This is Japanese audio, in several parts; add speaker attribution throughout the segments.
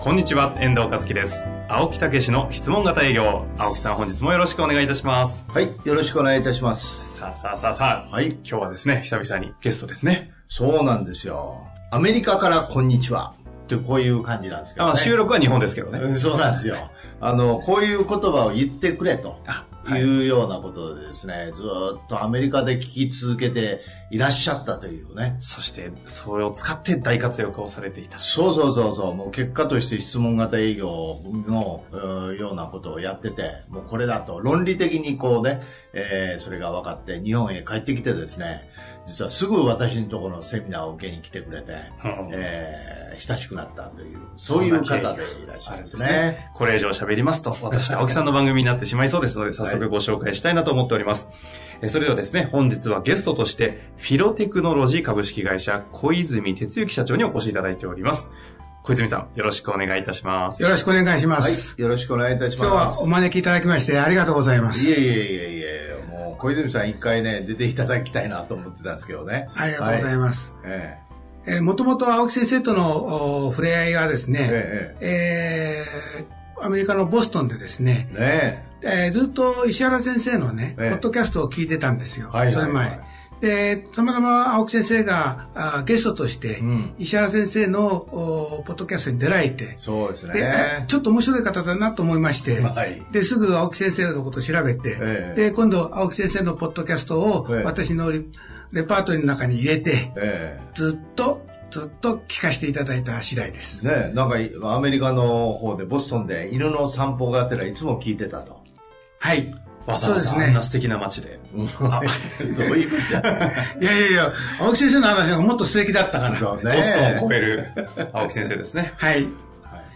Speaker 1: こんにちは、遠藤和樹です。青木武の質問型営業。青木さん、本日もよろしくお願いいたします。
Speaker 2: はい、よろしくお願いいたします。
Speaker 1: さあさあさあさあ、
Speaker 2: はい
Speaker 1: 今、日はですね、久々にゲストですね。
Speaker 2: そうなんですよ。アメリカからこんにちは。ってこういう感じなんですけど、
Speaker 1: あ
Speaker 2: ね。
Speaker 1: 収録は日本ですけど
Speaker 2: う
Speaker 1: ね。
Speaker 2: んそうなんですよ。あの、こういう言葉を言ってくれと
Speaker 1: あ、はいい。
Speaker 2: うようなことでですね、ずーっとアメリカで聞き続けていらっしゃったというね。
Speaker 1: そして、それを使って大活躍をされていた。
Speaker 2: そうそうそうそう、もう結果として質問型営業のうんようなことをやってて、もうこれだと論理的にこうね、えーそれが分かって日本へ帰ってきてですね、実はすぐ私のところのセミナーを受けに来てくれて、
Speaker 1: うん
Speaker 2: えー親しくなったという、そういう方でいらっしゃるんです
Speaker 1: そんな経緯があるん
Speaker 2: ね。
Speaker 1: これ以上喋りますと、私と青木さんの番組になってしまいそう ですので、早速ご紹介したいなと思っております。えそれではですね、本日はゲストとして、フィロテクノロジー株式会社、小泉哲之社長にお越しいただいております。小泉さん、よろしくお願いいたします。
Speaker 3: よろしくお願いしま
Speaker 2: はい
Speaker 3: す。、
Speaker 2: よろしくお願いいたし
Speaker 3: 今日
Speaker 2: ま
Speaker 3: は
Speaker 2: す。
Speaker 3: お招きいただきましてありがとうございま
Speaker 2: い
Speaker 3: す。
Speaker 2: えいえいえいえ、もう小泉さん一回ね、出ていただきたいなと思ってたんですけどね。
Speaker 3: ありがとうござ
Speaker 2: は
Speaker 3: います。
Speaker 2: え
Speaker 3: えー、もともと青木先生とのお触れ合いはです
Speaker 2: え
Speaker 3: ね、
Speaker 2: え
Speaker 3: えーアメリカのボストンでですね
Speaker 2: え、ね
Speaker 3: えーずっと石原先生のね、ポ
Speaker 2: ええ
Speaker 3: ッドキャストを聞いてたんですよ。
Speaker 2: はいはいはい
Speaker 3: それ前。で、たまたま青木先生があーゲストとして、
Speaker 2: うん
Speaker 3: 石原先生のおポッドキャストに出られて
Speaker 2: え、、そうです
Speaker 3: で
Speaker 2: ね。
Speaker 3: ちょっと面白い方だなと思いまして、
Speaker 2: はい
Speaker 3: ですぐ青木先生のことを調べて、
Speaker 2: ええ
Speaker 3: で今度青木先生のポッドキャストを
Speaker 2: ええ
Speaker 3: 私のリレパートリーの中に入れて、
Speaker 2: え
Speaker 3: ずっとずっと聞かせていただいた次第です
Speaker 2: え。ねえなんかアメリカの方でボストンで犬の散歩がてらいつも聞いてたと。
Speaker 3: はい。
Speaker 1: わざわざあ
Speaker 3: そうです
Speaker 1: ん
Speaker 3: ね
Speaker 1: な。素敵な街で。あ
Speaker 2: どういうことじゃ
Speaker 3: いやいやいや、青木先生の話がもっと素敵だったから。
Speaker 2: そうね
Speaker 1: ボストンを超える青木先生です ね。
Speaker 3: はい。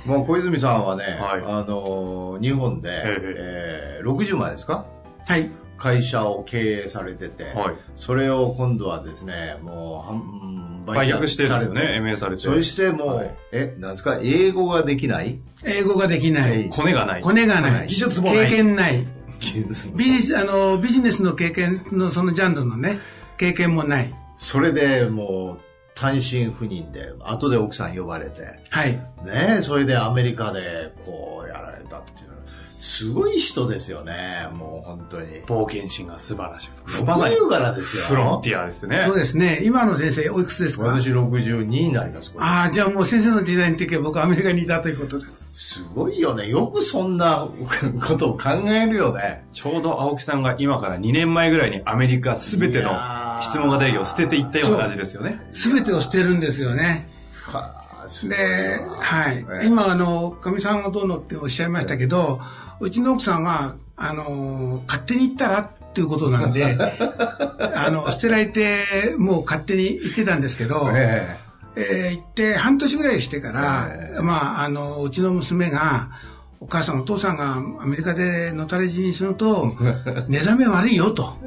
Speaker 2: もう小泉さんはね、
Speaker 1: はい
Speaker 2: あのー日本で、ええ60万ですか
Speaker 3: はい。
Speaker 2: 会社を経営されてて、
Speaker 1: はい
Speaker 2: それを今度はですね、もう半、
Speaker 1: 売却してるんですよね
Speaker 2: され
Speaker 1: MA されて
Speaker 2: そしてもう、
Speaker 1: はい
Speaker 2: え、なんですか、英語ができない
Speaker 3: 英語ができない。
Speaker 2: はい
Speaker 1: コネがない。
Speaker 3: コネがな
Speaker 2: はい
Speaker 3: い。
Speaker 1: 技術もない
Speaker 3: 経験ない。ビジあのビジネスの経験のそのジャンルのね、経験もない。
Speaker 2: それでもう、単身赴任で、後で奥さん呼ばれて、
Speaker 3: はい。
Speaker 2: ねえ、それでアメリカでこうやられたっていうのは、すごい人ですよね、もう本当に。
Speaker 1: 冒険心が素晴らしい。
Speaker 2: う
Speaker 1: まさに、
Speaker 2: からですよ。
Speaker 1: フロンティアですよね。
Speaker 3: そうですね。今の先生、おいくつですか
Speaker 2: 私62になります、これ
Speaker 3: ああ、じゃあもう先生の時代の時は僕はアメリカにいたということです。
Speaker 2: すごいよね。よくそんな ことを考えるよね。
Speaker 1: ちょうど青木さんが今から2年前ぐらいにアメリカすべて
Speaker 2: い
Speaker 1: の
Speaker 2: やー
Speaker 1: 質問型営業を捨てていったような感じですよね。
Speaker 3: すべてを捨てるんですよね。
Speaker 2: はあ、すごい
Speaker 3: で、
Speaker 2: わ
Speaker 3: はい。
Speaker 2: ええ
Speaker 3: 今、あの、かみさんがどうのっておっしゃいましたけど、うちの奥さんは、あの、勝手に行ったらっていうことなん で、あの、捨てられて、もう勝手に行ってたんですけど、
Speaker 2: え
Speaker 3: えー行って半年ぐらいしてから、
Speaker 2: え
Speaker 3: まあ、あの、うちの娘が、お母さんお父さんがアメリカでのたれ死にす ると、寝覚め悪いよと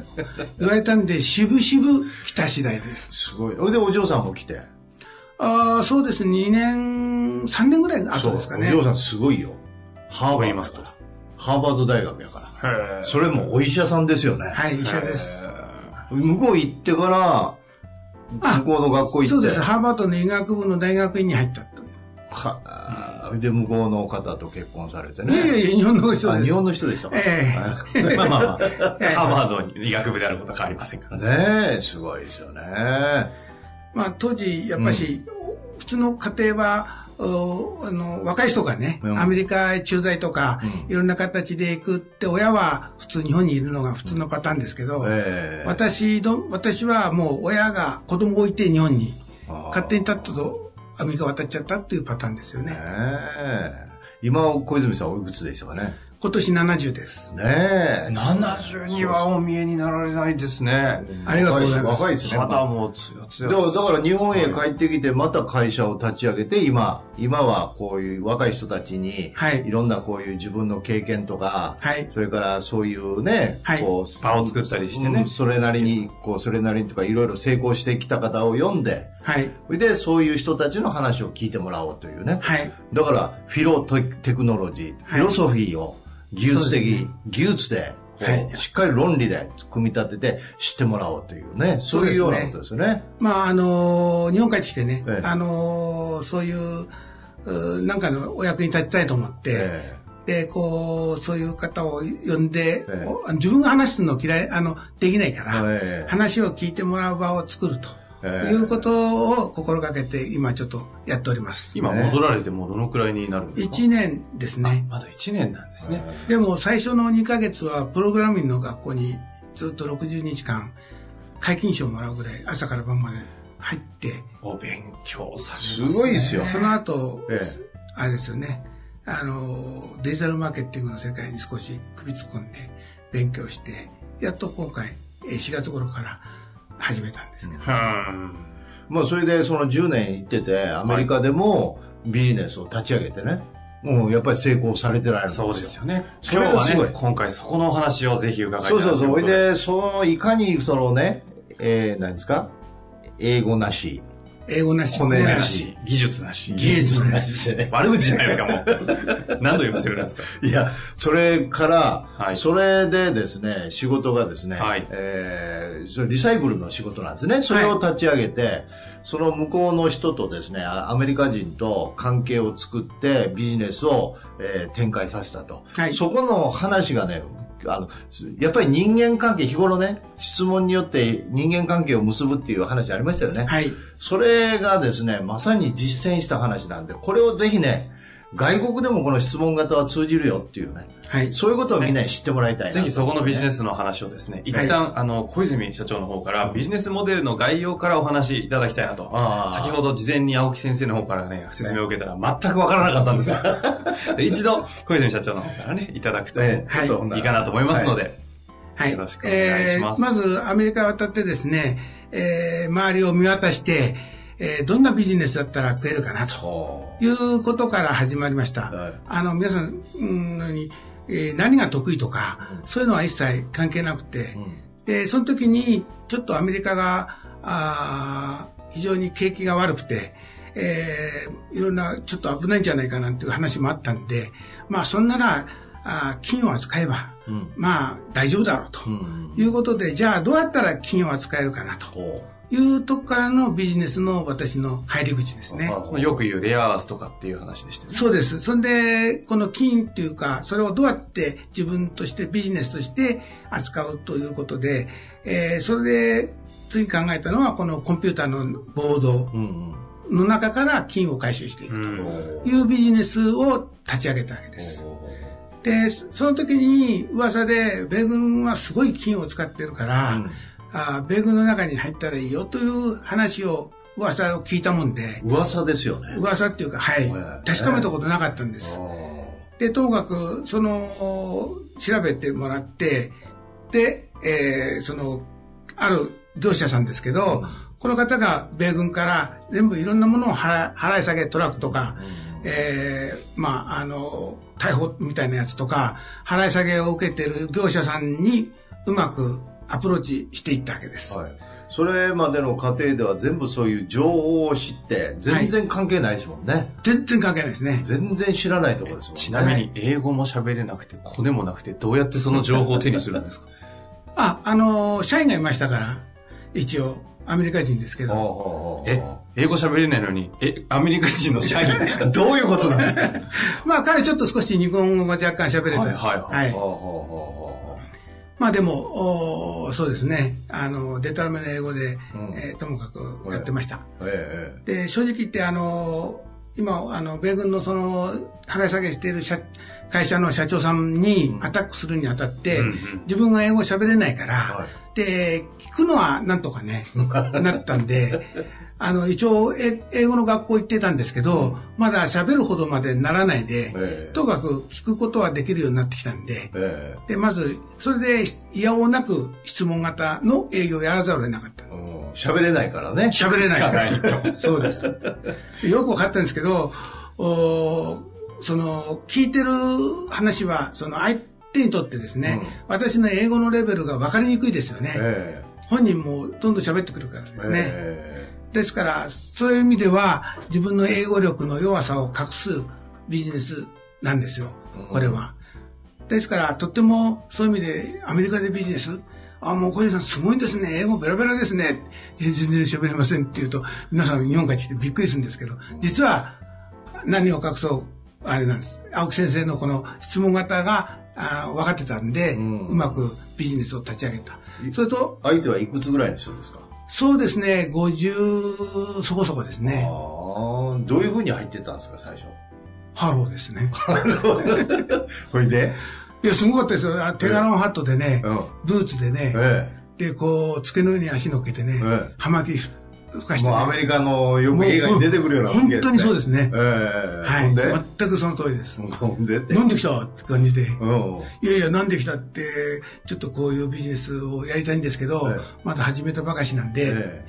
Speaker 3: 言われたんで、しぶしぶ来た次第で
Speaker 2: え
Speaker 3: す。
Speaker 2: すごい。それでお嬢さんも来て。
Speaker 3: ああ、そうですね、2年、3年ぐらい後ですかね
Speaker 2: そうお。嬢さんすごいよ。ハー
Speaker 1: と
Speaker 2: バ
Speaker 1: 言い
Speaker 2: ード
Speaker 1: ます。と。
Speaker 2: ハーバード大学やか
Speaker 1: へ
Speaker 2: ら。
Speaker 1: ー
Speaker 2: それもお医者さんですよね。
Speaker 3: はい、医者です。
Speaker 2: 向こう行ってから、
Speaker 3: あ
Speaker 2: 向こうの学校行って。
Speaker 3: そうです、ハーバードの医学部の大学院に入ったと。
Speaker 2: はあで、向こうの方と結婚されて
Speaker 3: い
Speaker 2: ね。
Speaker 3: やいやいや、日本の人
Speaker 2: あ
Speaker 3: です。
Speaker 2: 日本の人でしたか、
Speaker 3: ええ
Speaker 1: まあまあ まあ、ハ
Speaker 3: え
Speaker 1: ーバードに医学部であることは変わりませんからね。
Speaker 2: ねえ、すごいですよね。
Speaker 3: まあ、当時、やっぱし、普通の家庭は、おあの若い人がね、
Speaker 2: うん
Speaker 3: アメリカへ駐在とか、いろんな形で行くって、親は普通日本にいるのが普通のパターンですけど、
Speaker 2: ええ
Speaker 3: 私ど、私はもう親が子供を置いて日本に、
Speaker 2: あー
Speaker 3: 勝手に立ったとアメリカ渡っちゃったっていうパターンですよね。
Speaker 2: ねえ今、小泉さんおいくつでしたかね
Speaker 3: 今年70です。
Speaker 2: ねえ。
Speaker 1: 70にはお見えになられないですね。
Speaker 3: ありがとうございます
Speaker 2: 若いですね。
Speaker 1: 肌もつやつ
Speaker 2: で
Speaker 1: や。
Speaker 2: もだから日本へ帰ってきて、また会社を立ち上げて、今、今はこういう若い人たちに、
Speaker 3: はい
Speaker 2: いろんなこういう自分の経験とか、
Speaker 3: はい
Speaker 2: それからそういうね、
Speaker 3: はい
Speaker 2: こう、
Speaker 1: 場を作ったりしてね
Speaker 2: うんそれなりに、こう、それなりにとか、いろいろ成功してきた方を読んで、
Speaker 3: はい。
Speaker 2: それでそういう人たちの話を聞いてもらおうというね。
Speaker 3: はい。
Speaker 2: だから、フィロテクノロジー、
Speaker 3: はい
Speaker 2: フィロソフィーを技術的、
Speaker 3: そうです
Speaker 2: 技術で、こう
Speaker 3: はい
Speaker 2: しっかり論理で組み立てて知ってもらおうというね、そういうようなことですよね。
Speaker 3: まあ、あのー日本帰ってきてね、
Speaker 2: ええ
Speaker 3: あのーそういう、うーなんかのお役に立ちたいと思って、
Speaker 2: え
Speaker 3: で、こう、そういう方を呼んで、
Speaker 2: ええ
Speaker 3: お自分が話すの嫌い、あの、できないから、
Speaker 2: ええ
Speaker 3: 話を聞いてもらう場を作ると、
Speaker 2: ええ
Speaker 3: いうことを心がけて、今ちょっとやっております。
Speaker 1: 今戻られてもうどのくらいになるんですか
Speaker 3: 1年ですね。
Speaker 1: まだ1年なんですね。
Speaker 3: でも最初の2ヶ月はプログラミングの学校にずっと60日間、皆勤賞もらうぐらい朝から晩まで入って、
Speaker 1: お勉強され
Speaker 2: す
Speaker 1: ます。
Speaker 2: ごいですよ。
Speaker 3: その後、
Speaker 2: え
Speaker 3: あれですよね、あの、デジタルマーケティングの世界に少し首突っ込んで勉強して、やっと今回、えー4月頃から始めたんですけど、
Speaker 1: うん。
Speaker 2: まあ、それでその10年行ってて、アメリカでもビジネスを立ち上げてね、もうやっぱり成功されてられるんですよ。
Speaker 1: そうですよね。
Speaker 2: そ
Speaker 1: 今
Speaker 2: れ
Speaker 1: 日
Speaker 2: が
Speaker 1: は
Speaker 2: すごい
Speaker 1: ね、今回そこのお話をぜひ伺いたい
Speaker 2: そうそうそう。
Speaker 1: と
Speaker 2: ほ
Speaker 1: い
Speaker 2: い
Speaker 1: ことで、
Speaker 2: で、その、いかにそのね、えー、何ですか英語なし。
Speaker 3: 英語なし、
Speaker 2: コネ
Speaker 3: 語
Speaker 2: な
Speaker 1: な
Speaker 2: し
Speaker 1: し、技術なし。
Speaker 3: 技術な
Speaker 2: しでね
Speaker 1: 悪口じゃないですか、もう。何度言わせるんですか。
Speaker 2: いや、それから、
Speaker 1: はい
Speaker 2: それでですね、仕事がですね、
Speaker 1: はい
Speaker 2: えーそれリサイクルの仕事なんですね。それを立ち上げて、その向こうの人とですね、あアメリカ人と関係を作ってビジネスを、えー展開させたと、
Speaker 3: はい
Speaker 2: そこの話がね、あのやっぱり人間関係、日頃ね、質問によって人間関係を結ぶっていう話ありましたよね。
Speaker 3: はい。
Speaker 2: それがですね、まさに実践した話なんで、これをぜひね、外国でもこの質問型は通じるよっていうね、
Speaker 3: はい。
Speaker 2: そういうことをみんなに知ってもらいたい な、
Speaker 1: ぜひそこのビジネスの話をですね、一旦、あの、小泉社長の方からビジネスモデルの概要からお話しいただきたいなと。
Speaker 2: あー
Speaker 1: 先ほど事前に青木先生の方からね、説明を受けたら全くわからなかったんですよ。で一度、小泉社長の方からね、いただくとい
Speaker 2: え
Speaker 1: い
Speaker 2: えちょっとほんなら
Speaker 1: かなと思いますので。
Speaker 3: はい。
Speaker 1: よろしくお願いします
Speaker 3: えーまず、アメリカ渡ってですね、えー周りを見渡して、えーどんなビジネスだったら食えるかなと。
Speaker 2: ほ
Speaker 3: いうことから始まりました。
Speaker 2: はい
Speaker 3: あの、皆さん、うんのように、えー何が得意とか、そういうのは一切関係なくて、で、その時に、ちょっとアメリカが、あー非常に景気が悪くて、えーいろんな、ちょっと危ないんじゃないかなんていう話もあったんで、まあ、そんなら、あー金を扱えば、
Speaker 2: うん
Speaker 3: まあ、大丈夫だろうと。
Speaker 2: ううん
Speaker 3: いうことで、じゃあどうやったら金を扱えるかなと
Speaker 2: ほ
Speaker 3: いうとこからのビジネスの私の入り口ですね。
Speaker 2: あ
Speaker 1: そのよく言うレアアースとかっていう話でしたよね。
Speaker 3: そうです。そんで、この金っていうか、それをどうやって自分としてビジネスとして扱うということで、えーそれで次考えたのは、このコンピューターのボード
Speaker 2: ううん
Speaker 3: の中から金を回収していく
Speaker 1: うん
Speaker 3: というビジネスを立ち上げたわけです。で、その時に噂で、米軍はすごい金を使ってるから、
Speaker 2: うん
Speaker 3: あー米軍の中に入ったらいいよという話を、噂を聞いたもんで、
Speaker 2: 噂ですよね。
Speaker 3: 噂っていうか、はい
Speaker 2: は、い
Speaker 3: 確かめたことなかったんです。で、ともかく、その、調べてもらって、で、えーその、ある業者さんですけど、この方が米軍から全部いろんなものを払い払い下げトラックとか、えーまあ、あの、逮捕みたいなやつとか、払い下げを受けてる業者さんにうまくアプローチしていったわけです。
Speaker 2: はい。それまでの過程では全部そういう情報を知って、全然関係ないですもんね。
Speaker 3: 全然関係ないですね。
Speaker 2: 全然知らないところですもんね。
Speaker 1: ちなみに、英語も喋れなくて、コネもなくて、どうやってその情報を手にするんですか
Speaker 3: あ、あの、社員がいましたから、一応、アメリカ人ですけ
Speaker 2: ほう
Speaker 3: ど、
Speaker 2: ほうほうほう、
Speaker 1: え、英語喋れないのに、え、アメリカ人の社員、どういうことなんですか
Speaker 3: まあ彼ちょっと少し日本語が若干喋れたんです。
Speaker 1: はいはい
Speaker 2: ほう
Speaker 3: は
Speaker 2: ほ
Speaker 3: いう
Speaker 2: ほうほ
Speaker 3: まあでも、おーそうですね。あの、デタラメの英語で、
Speaker 2: うん
Speaker 3: えーともかくやってました。
Speaker 2: う。えええ
Speaker 3: で、正直言ってあの、今、あの、米軍のその、払い下げしている社会社の社長さんにアタックするにあたって、
Speaker 1: うんうん
Speaker 3: 自分が英語喋れないから、
Speaker 2: はい
Speaker 3: で、聞くのはなんと かね、なったんで、あの、一応、え英語の学校行ってたんですけど、まだ喋るほどまでならないで、
Speaker 2: ええ
Speaker 3: とかく聞くことはできるようになってきたんで、
Speaker 2: え
Speaker 3: で、まず、それで、いやおうなく質問型の営業をやらざるを得なかった。
Speaker 2: えうん喋れないからね。
Speaker 3: 喋れないか
Speaker 1: しかな
Speaker 3: ら。そうです。よく分かったんですけど、おその、聞いてる話は、その相手にとってですね、私の英語のレベルが分かりにくいですよね。
Speaker 2: え
Speaker 3: 本人もどんどん喋ってくるからで
Speaker 2: え
Speaker 3: すね。
Speaker 2: え
Speaker 3: ですから、そういう意味では、自分の英語力の弱さを隠すビジネスなんですよ、これは。ですから、とっても、そういう意味で、アメリカでビジネス、あ、もう小西さんすごいんですね、英語ベラベラですね、いや全然喋れませんって言うと、皆さん日本から来てびっくりするんですけど、実は、何を隠そう、あれなんです。青木先生のこの質問型が、あ分かってたんで、うんまくビジネスを立ち上げた。それと、
Speaker 2: 相手はいくつぐらいの人ですか
Speaker 3: そうですね、50そこそこです
Speaker 2: あ
Speaker 3: ね。
Speaker 2: あ、どういうふうに入ってったんですか、最初。
Speaker 3: ハローですね。
Speaker 2: ほいで、
Speaker 3: いや、すごかったですよ。あ手柄のハットでね、
Speaker 2: うん
Speaker 3: ブーツでね、
Speaker 2: え
Speaker 3: で、こう、机の上に足乗っけてね、
Speaker 2: ええ
Speaker 3: 葉巻ふふか
Speaker 2: え、
Speaker 3: して、
Speaker 2: もう
Speaker 3: ね。
Speaker 2: アメリカのよく映画に出てくるような
Speaker 3: 本当にそうですね
Speaker 2: ええ
Speaker 3: は
Speaker 2: ほん
Speaker 3: い。
Speaker 2: で、
Speaker 3: 全くその通りです。
Speaker 2: ほんでって。
Speaker 3: 飲んできたって感じで。
Speaker 2: うん。
Speaker 3: いやいや、なんできたって、ちょっとこういうビジネスをやりたいんですけど、
Speaker 2: ええ
Speaker 3: まだ始めたばかしなんで、
Speaker 2: え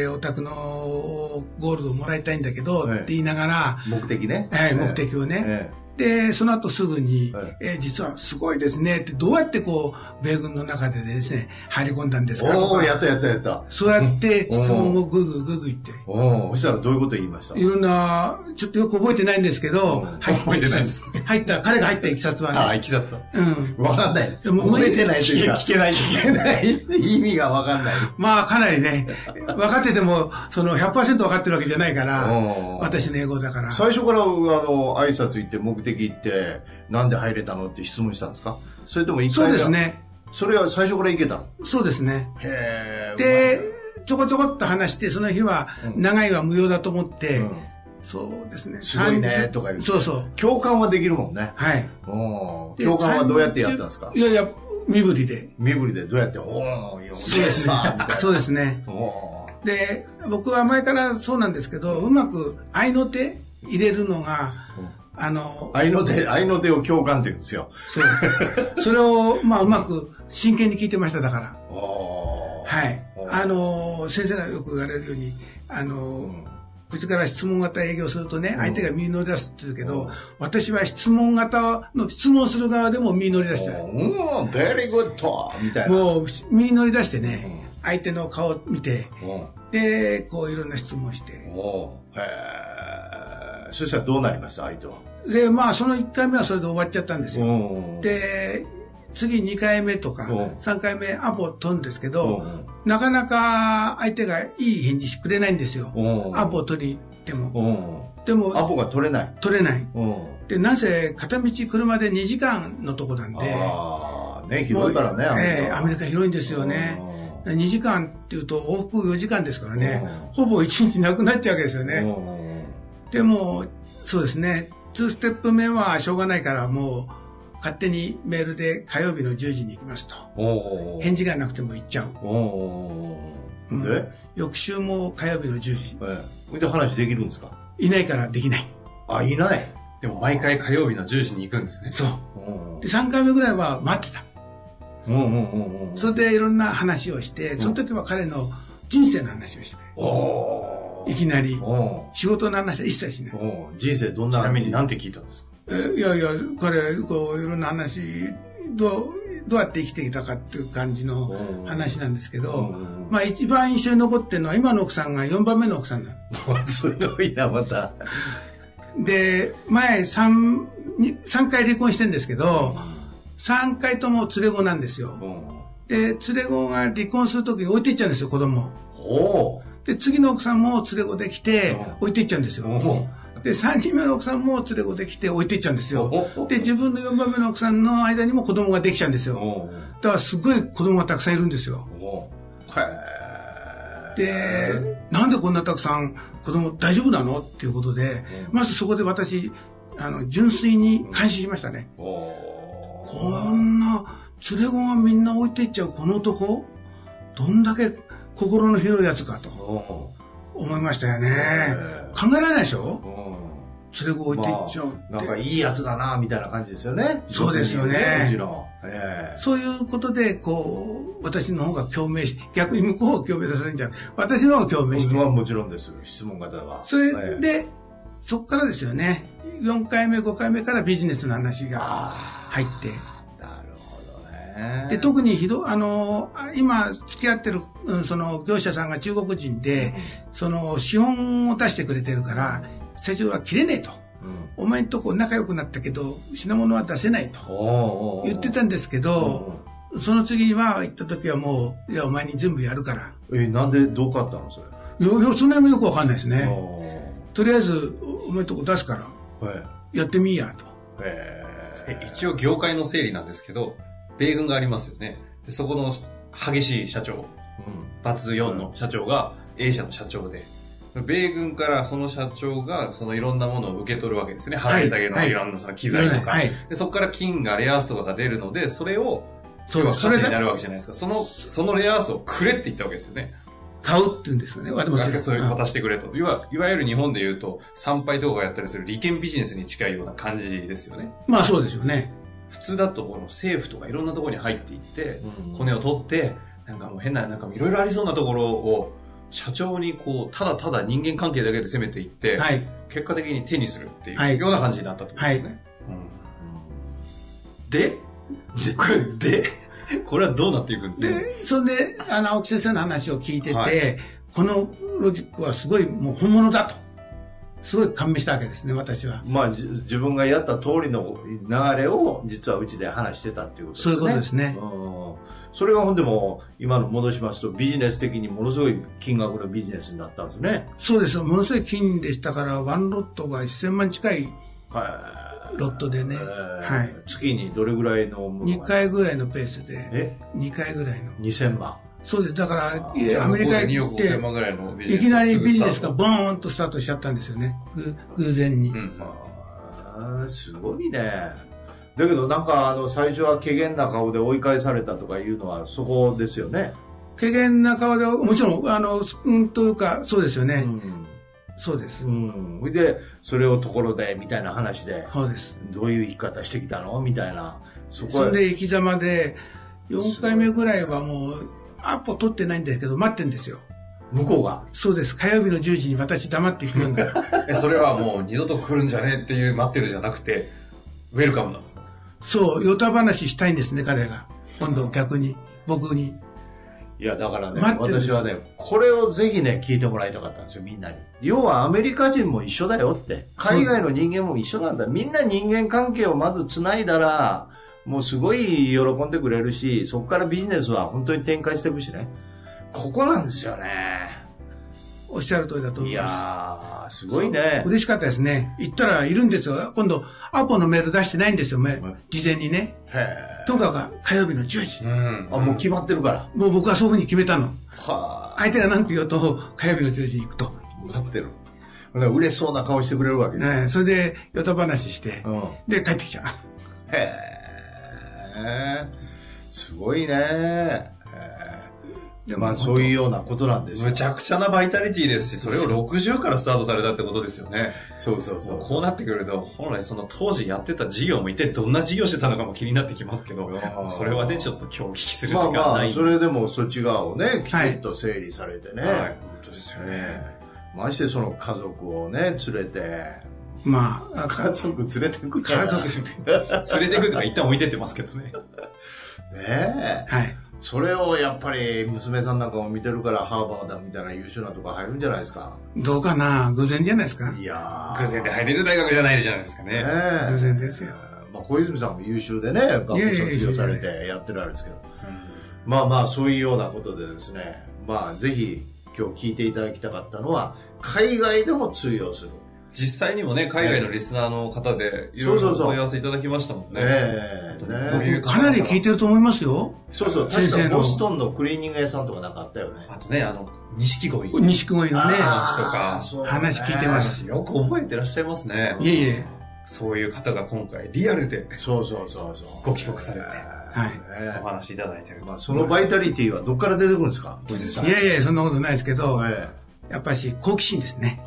Speaker 3: で、お宅のゴールドをもらいたいんだけど、
Speaker 2: ええ
Speaker 3: って言いながら、
Speaker 2: え目的ね。
Speaker 3: はい、目的をね。
Speaker 2: え
Speaker 3: で、その後すぐに、
Speaker 2: はい
Speaker 3: えー実はすごいですねって、どうやってこう、米軍の中でですね、入り込んだんですか
Speaker 2: お
Speaker 3: と
Speaker 2: お
Speaker 3: か
Speaker 2: やったやったやった。
Speaker 3: そうやって質問をぐぐぐぐ言って、
Speaker 2: おおそしたらどういうこと言いました
Speaker 3: いろんな、ちょっとよく覚えてないんですけど、
Speaker 2: うん
Speaker 3: 入った
Speaker 1: 覚えてないんです
Speaker 3: 入った、彼が入ったいきさつ
Speaker 1: あ
Speaker 3: は
Speaker 1: あ、
Speaker 3: ね、
Speaker 1: いきさつは。
Speaker 3: うん。
Speaker 2: わかんない。
Speaker 3: やもう
Speaker 2: 覚えてないというか。
Speaker 1: 聞けない
Speaker 2: 聞けない。意味がわかんない。
Speaker 3: まあ、かなりね、分かってても、その100%分かってるわけじゃないから
Speaker 2: うん、
Speaker 3: 私の英語だから。
Speaker 2: 最初から、あの、挨拶行って、目的行って、なんで入れたのって質問したんですかそれとも一
Speaker 3: そ
Speaker 2: 回
Speaker 3: う
Speaker 2: 目は
Speaker 3: です。ね。
Speaker 2: それは最初から行けたの
Speaker 3: そうですね。
Speaker 2: へえ。
Speaker 3: で、ちょこちょこっと話して、その日は、長いは無用だと思って、
Speaker 2: うまいね、
Speaker 3: そうですね。
Speaker 2: すごいね
Speaker 3: 30
Speaker 2: とか言う
Speaker 3: そうそう。
Speaker 2: 共感はできるもんね。
Speaker 3: はい。
Speaker 2: お
Speaker 3: で
Speaker 2: 共感はどうやってやったんですか
Speaker 3: 30いやいや、身振りで。
Speaker 2: 身振りでどうやって、おおよ
Speaker 3: そうですね
Speaker 2: さあみたい。な。
Speaker 3: そうですね。
Speaker 2: おー
Speaker 3: で、僕は前からそうなんですけど、うまく合いの手入れるのが、あの、
Speaker 2: 愛の手、愛の手を共感って言うんですよ。
Speaker 3: そうです。それを、まあ、うまく真剣に聞いてました、だから。
Speaker 2: おー
Speaker 3: はい。あの、先生がよく言われるように、あの、口から質問型営業するとね、相手が身に乗り出すって言うけど、私は質問型の、質問する側でも身に乗り出したい。
Speaker 2: うん、very good みたいな。
Speaker 3: もう、身に乗り出してね、相手の顔を見て、
Speaker 2: う
Speaker 3: で、こういろんな質問して
Speaker 2: ん。。おーへえ。そしたらどうなりました相手は。
Speaker 3: で、まあ、その1回目はそれで終わっちゃったんですよ。
Speaker 2: ん
Speaker 3: で、次2回目とか、
Speaker 2: うん
Speaker 3: 3回目アポ取るんですけ
Speaker 2: う
Speaker 3: ど
Speaker 2: ん、
Speaker 3: なかなか相手がいい返事してくれないんですよ。
Speaker 2: うん
Speaker 3: アポ取りに行っても。
Speaker 2: うん。
Speaker 3: で
Speaker 2: ア
Speaker 3: も、
Speaker 2: ポが取れない。
Speaker 3: 取れない。
Speaker 2: うん。
Speaker 3: で、なぜ片道車で2時間のとこなんで、
Speaker 2: ああ、ね、広いからね、
Speaker 3: ええアメリカ広いんですよね。2時間っていうと往復4時間ですからね、ほぼ1日なくなっちゃうわけですよね。
Speaker 2: ね。
Speaker 3: でも、そうですね。2ステップ目はしょうがないから、もう、勝手にメールで火曜日の10時に行きますと。
Speaker 2: おー
Speaker 3: 返事がなくても行っちゃう。
Speaker 2: おー
Speaker 3: うん
Speaker 2: で、
Speaker 3: 翌週も火曜日の10時。
Speaker 2: ええ、で話できるんですか
Speaker 3: いないからできない。
Speaker 2: あ、いない。
Speaker 1: でも毎回火曜日の10時に行くんですね。
Speaker 3: そう。
Speaker 2: うん
Speaker 3: で、3回目ぐらいは待ってた。
Speaker 2: うんうんうんうん。
Speaker 3: それでいろんな話をして、その時は彼の人生の話をして。
Speaker 2: お
Speaker 3: いきなり
Speaker 2: ー、お
Speaker 3: 仕事の話は一切しない
Speaker 2: ー。おー人生どん
Speaker 1: ち
Speaker 2: な
Speaker 1: なみに何て聞いたんですか
Speaker 3: えいやいや、彼、こう、いろんな話、どう、どうやって生きてきたかっていう感じの話なんですけど
Speaker 2: うん、
Speaker 3: まあ一番印象に残ってるのは今の奥さんが4番目の奥さんなの
Speaker 2: すごいな、また。
Speaker 3: で、前3、3回離婚してんですけど、3回とも連れ子なんですよ。で、連れ子が離婚するときに置いていっちゃうんですよ、子供
Speaker 2: お
Speaker 3: を。
Speaker 2: ー
Speaker 3: で、次の奥さんも連れ子できて、置いていっちゃうんですよ。で、3人目の奥さんも連れ子できて置いていっちゃうんですよ。で、自分の4番目の奥さんの間にも子供ができちゃうんですよ。だからすごい子供がたくさんいるんですよ。
Speaker 2: おーへ
Speaker 3: で、なんでこんなたくさん子供大丈夫なのっていうことで、まずそこで私、あの、純粋に監視しましたね。
Speaker 2: おー
Speaker 3: こんな連れ子がみんな置いていっちゃうこの男、どんだけ心の広いやつかと
Speaker 2: お
Speaker 3: 思いましたよ
Speaker 2: ー
Speaker 3: ね。考えられないでしょ
Speaker 2: うん
Speaker 3: 連れ子置いていっちゃうっ
Speaker 2: まあなん
Speaker 3: て。
Speaker 2: かいいやつだなみたいな感じですよね
Speaker 3: そうですよね
Speaker 2: もちろん、え
Speaker 3: そういうことで、こう、私の方が共鳴し、逆に向こうを共鳴させるんじゃなく私の方が共
Speaker 2: え
Speaker 3: 鳴して。
Speaker 2: まあもちろんです質問型は
Speaker 3: それで、そこからですよね。4回目、5回目からビジネスの話が
Speaker 2: あ
Speaker 3: 入って。
Speaker 2: あなるほどね
Speaker 3: で特にひどあのあ今付き合ってる、うんその業者さんが中国人で、その資本を出してくれてるから社長は切れねえと
Speaker 2: うん
Speaker 3: お前んとこ仲良くなったけど品物は出せないと
Speaker 2: おーおーおー
Speaker 3: 言ってたんですけど、その次は行った時はもういやお前に全部やるから
Speaker 2: えなんでどうかったのそれ
Speaker 3: いやいやその辺もよくわかんないですね
Speaker 2: おー
Speaker 3: とりあえずおお前んとこ出すから
Speaker 2: はい
Speaker 3: やってみいやと
Speaker 2: え
Speaker 1: え一応業界の整理なんですけど、米軍がありますよね。でそこの激しい社長、バツ4の社長が A 社の社長で、米軍からその社長がそのいろんなものを受け取るわけですね。
Speaker 3: はい
Speaker 1: 払い下げの
Speaker 3: はい
Speaker 1: いろんなその機材とか。
Speaker 3: はい
Speaker 1: でそこから金がレアアースとかが出るので、それを
Speaker 3: そうです
Speaker 1: 価値
Speaker 3: それ
Speaker 1: に
Speaker 3: で
Speaker 1: なるわけじゃないですか。その、そのレアアースをくれって言ったわけですよね。
Speaker 3: 買うって言うんですよね私も
Speaker 1: なんかそういう
Speaker 3: うん
Speaker 1: 渡してくれと。いわいわゆる日本で言うと、参拝とかがやったりする利権ビジネスに近いような感じですよね。
Speaker 3: まあそうですよね
Speaker 1: 普通だとこの政府とかいろんなところに入っていって、
Speaker 2: うん
Speaker 1: コネを取って、なんかもう変な、なんかいろいろありそうなところを、社長にこう、ただただ人間関係だけで攻めていって、
Speaker 3: はい
Speaker 1: 結果的に手にするってい
Speaker 3: はいう
Speaker 1: ような感じになったってことですね。うんで、で、これはどうなっていくんですか
Speaker 3: で、それで、あの、青木先生の話を聞いてて、
Speaker 1: はい
Speaker 3: このロジックはすごいもう本物だと。すごい感銘したわけですね、私は。
Speaker 2: まあ、じ自分がやった通りの流れを実はうちで話してたっていうことです
Speaker 3: そ
Speaker 2: ね。
Speaker 3: ういうことですね。
Speaker 2: うんそれがほんでも今の戻しますとビジネス的にものすごい金額のビジネスになったんですね。
Speaker 3: そうですよ。ものすごい金でしたから、ワンロットが1000万近い
Speaker 2: はい。
Speaker 3: ロットでね。
Speaker 2: えー
Speaker 3: はい。
Speaker 2: 月にどれぐらいのもの
Speaker 3: 2
Speaker 2: が
Speaker 3: 回ぐらいのペースで、
Speaker 2: え
Speaker 3: 2回ぐらいの。
Speaker 2: 2000万。
Speaker 3: そうです。だから、い
Speaker 1: じ
Speaker 3: や
Speaker 1: ゃあ
Speaker 3: アメリカへ
Speaker 1: 向
Speaker 3: 行
Speaker 1: こ
Speaker 3: っ
Speaker 1: うで2億5000
Speaker 3: て、
Speaker 1: 万ぐらいのビジネ
Speaker 3: い
Speaker 1: ス
Speaker 3: きなりビジネス
Speaker 1: スタ
Speaker 3: が
Speaker 1: ート
Speaker 3: ボーンとスタートしちゃったんですよね。ぐ偶然に。
Speaker 1: うん
Speaker 2: あーすごいね。だけどなんかあの最初は怪げな顔で追い返されたとかいうのはそこですよね。
Speaker 3: 軽減な顔で、もちろん、あの、うんというか、そうですよね。
Speaker 2: うん。
Speaker 3: そうです。
Speaker 2: うん。それで、それをところでみたいな話で。
Speaker 3: そうです。
Speaker 2: どういう生き方してきたのみたいな。そこ
Speaker 3: そ
Speaker 2: は
Speaker 3: れで生き様で、4回目ぐらいはもう、アポ取ってないんですけど、待ってんですよ。
Speaker 2: 向こうが。
Speaker 3: そうです。火曜日の10時に私黙って行 くんだ。
Speaker 1: えそれはもう二度と来るんじゃねえっていう待ってるじゃなくて、ウェルカムなんですか
Speaker 3: そう、ヨタ話したいんですね、彼が。今度逆に、僕に。
Speaker 2: いや、だからね、
Speaker 3: 待ってるんです
Speaker 2: 私はね、これをぜひね、聞いてもらいたかったんですよ、みんなに。要はアメリカ人も一緒だよって。海外の人間も一緒なんだ。みんな人間関係をまず繋いだら、もうすごい喜んでくれるし、そこからビジネスは本当に展開していくしね。ここなんですよね。
Speaker 3: おっしゃる通りだと思
Speaker 2: い
Speaker 3: いま
Speaker 2: やー、すごいね
Speaker 3: す。。嬉しかったですね。行ったらいるんですよ。今度、アポのメール出してないんですよ、め
Speaker 2: はい
Speaker 3: 事前にね。
Speaker 2: へ
Speaker 3: とにかく火曜日の10時。
Speaker 1: ん
Speaker 2: ーあ、もう決まってるから。
Speaker 3: もう僕はそういうふうに決めたの。
Speaker 2: は
Speaker 3: 相手が何て言おうと、火曜日の10時に行くと。
Speaker 2: ー。待ってる。だから嬉しそうな顔してくれるわけですよ。
Speaker 3: ね、それで、ヨタ話して、
Speaker 2: うん。
Speaker 3: で、帰ってきちゃう。
Speaker 2: へえ、すごいね。へえ
Speaker 3: で
Speaker 2: まあそういうようなことなんですよ
Speaker 1: む。ちゃくちゃなバイタリティですし、それを60からスタートされたってことですよね。
Speaker 2: そうそう
Speaker 1: も
Speaker 2: そうう。
Speaker 1: こうなってくると、本来その当時やってた事業も一体どんな事業してたのかも気になってきますけど
Speaker 2: あー、
Speaker 1: それはね、ちょっと今日お聞きする時
Speaker 2: まあ
Speaker 1: 間は
Speaker 2: ま
Speaker 1: な
Speaker 2: あ、
Speaker 1: いんで。
Speaker 2: それでもそっち側をね、きちんと整理されてね。
Speaker 1: はい、本当ですよね。
Speaker 2: ええましてその家族をね、連れて。
Speaker 3: まあ、
Speaker 2: 家族連れてくから
Speaker 3: 家族
Speaker 1: 連れてくとか一旦置いてってますけどね。
Speaker 2: ねえ。
Speaker 3: はい。
Speaker 2: それをやっぱり娘さんなんかも見てるから、ハーバーだみたいな優秀なとこ入るんじゃないですか。
Speaker 3: どうかな偶然じゃないですか
Speaker 2: いやー
Speaker 1: 偶然で入れる大学じゃないじゃないですかね。
Speaker 2: ねえ
Speaker 3: 偶然ですよ。
Speaker 2: まあ、小泉さんも優秀でね、学校
Speaker 3: いやいや
Speaker 2: 卒業されて
Speaker 3: い
Speaker 2: やってるあれですけど。まあまあ、そういうようなことでですね、まあ、ぜひ今日聞いていただきたかったのは、海外でも通用する。
Speaker 1: 実際にもね、海外のリスナーの方で、い
Speaker 2: そ
Speaker 1: ろ
Speaker 2: う
Speaker 1: いろ
Speaker 2: そう
Speaker 1: お
Speaker 2: そう
Speaker 1: 問い合わせいただきましたもんね。
Speaker 2: ええ
Speaker 1: こう
Speaker 2: ね
Speaker 1: い
Speaker 3: え
Speaker 1: う
Speaker 3: かなり聞いてると思いますよ。
Speaker 2: そうそう、
Speaker 3: 先
Speaker 2: 確か
Speaker 3: 生の
Speaker 2: ボストンのクリーニング屋さんとかなんかあったよね。
Speaker 1: あとね、あの、錦鯉。
Speaker 3: 錦鯉のね、
Speaker 1: あー
Speaker 2: そうだね
Speaker 3: 話聞いてま。す。
Speaker 1: よく覚えてらっしゃいますね。
Speaker 3: いえいえ。
Speaker 1: そういう方が今回リアルで
Speaker 2: そうそうそうそう。
Speaker 1: ご帰国されて
Speaker 2: い
Speaker 1: お話いただいてると。
Speaker 2: まあ、そのバイタリティはどっから出てくるんですか、小泉さん。
Speaker 3: いやいや、そんなことないですけど、
Speaker 2: え
Speaker 3: やっぱし好奇心ですね。
Speaker 2: え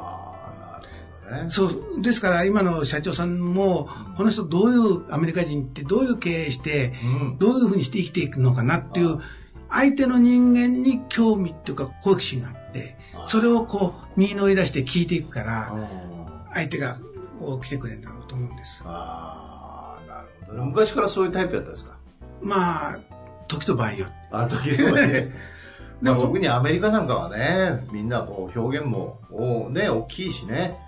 Speaker 2: ああ、なるほどね。
Speaker 3: そう、ですから今の社長さんも、この人どういう、アメリカ人ってどういう経営して、
Speaker 2: うん。
Speaker 3: どういうふうにして生きていくのかなっていう、相手の人間に興味っていうか好奇心があって、それをこう、身に乗り出して聞いていくから、相手がこう来てくれるんだろうと思うんです。
Speaker 2: ああ、なるほどね。昔からそういうタイプやったんですか
Speaker 3: まあ、時と場合よ。
Speaker 2: あ、時々 ね。まあ、
Speaker 3: でも
Speaker 2: 特にアメリカなんかはね、みんなこう表現も、おね、大きいしね。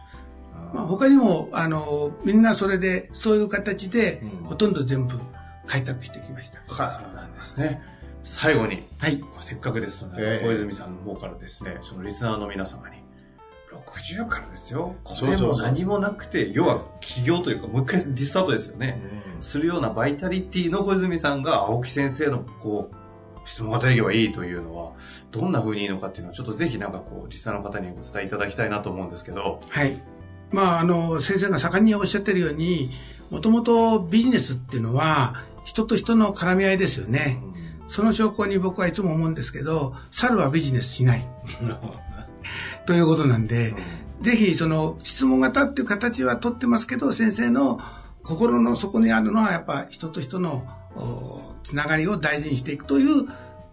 Speaker 3: まあ、他にも、あの、みんなそれで、そういう形で
Speaker 2: うん、
Speaker 3: ほとんど全部開拓してきました。
Speaker 1: そうなんですね。最後に、
Speaker 3: はい。
Speaker 1: せっかくですので、
Speaker 2: ええ
Speaker 1: 小泉さんの方からですね、そのリスナーの皆様に、60からですよ。こ
Speaker 2: そうそ
Speaker 1: れ
Speaker 2: うそう
Speaker 1: も何もなくて、要は起業というか、もう一回リスタートですよ
Speaker 2: う
Speaker 1: ね。
Speaker 2: ん
Speaker 1: するようなバイタリティの小泉さんが、青木先生の、こう、質問型営業はいいというのは、どんな風にいいのかっていうのを、ちょっとぜひなんかこう、リスナーの方にお伝えいただきたいなと思うんですけど、
Speaker 3: はい。まあ、あの、先生が盛んにおっしゃってるように、もともとビジネスっていうのは、人と人の絡み合いですよね。その証拠に僕はいつも思うんですけど、猿はビジネスし ない。ということなんで、ぜひその質問型っていう形はとってますけど、先生の心の底にあるのはやっぱ人と人のおつながりを大事にしていくという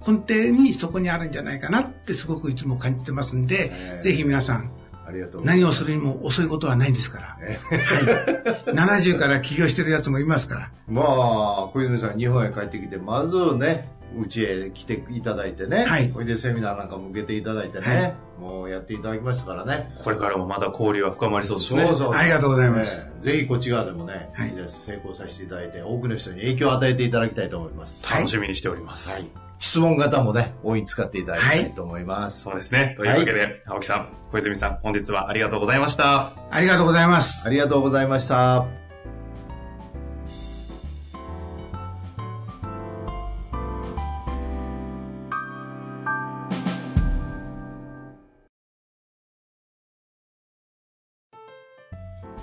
Speaker 3: 根底にそこにあるんじゃないかなってすごくいつも感じてますん
Speaker 2: え
Speaker 3: で
Speaker 2: ー、
Speaker 3: ぜひ皆さん
Speaker 2: ありがとうござい
Speaker 3: 何
Speaker 2: ま
Speaker 3: を
Speaker 2: す。
Speaker 3: するにも遅いことはないんですから。はい。70から起業してるやつもいますから。
Speaker 2: まあ、小泉さん、日本へ帰ってきて、まずね、うちへ来ていただいてね、
Speaker 3: はい
Speaker 2: おいでセミナーなんかも受けていただいてね、
Speaker 3: はい
Speaker 2: もうやっていただきましたからね。
Speaker 1: これからもまだ交流は深まりそうですね。
Speaker 2: そ
Speaker 3: ありがとうございます。
Speaker 2: ねぜひこっち側でもね、
Speaker 3: はい
Speaker 2: ビジネス成功させていただいて、多くの人に影響を与えていただきたいと思います。
Speaker 1: 楽しみにしております。
Speaker 2: はい。質問型もね、大いに使っていただきたいと思います。
Speaker 1: そうですね。というわけで、青木さん、小泉さん、本日はありがとうございました。
Speaker 3: ありがとうございます。
Speaker 2: ありがとうございました。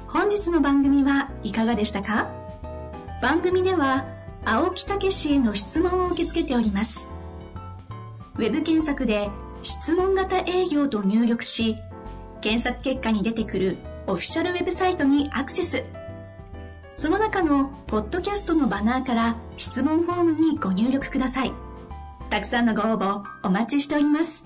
Speaker 4: 本日の番組はいかがでしたか番組では青木武氏への質問を受け付けておりますウェブ検索で「質問型営業」と入力し検索結果に出てくるオフィシャルウェブサイトにアクセスその中のポッドキャストのバナーから質問フォームにご入力くださいたくさんのご応募お待ちしております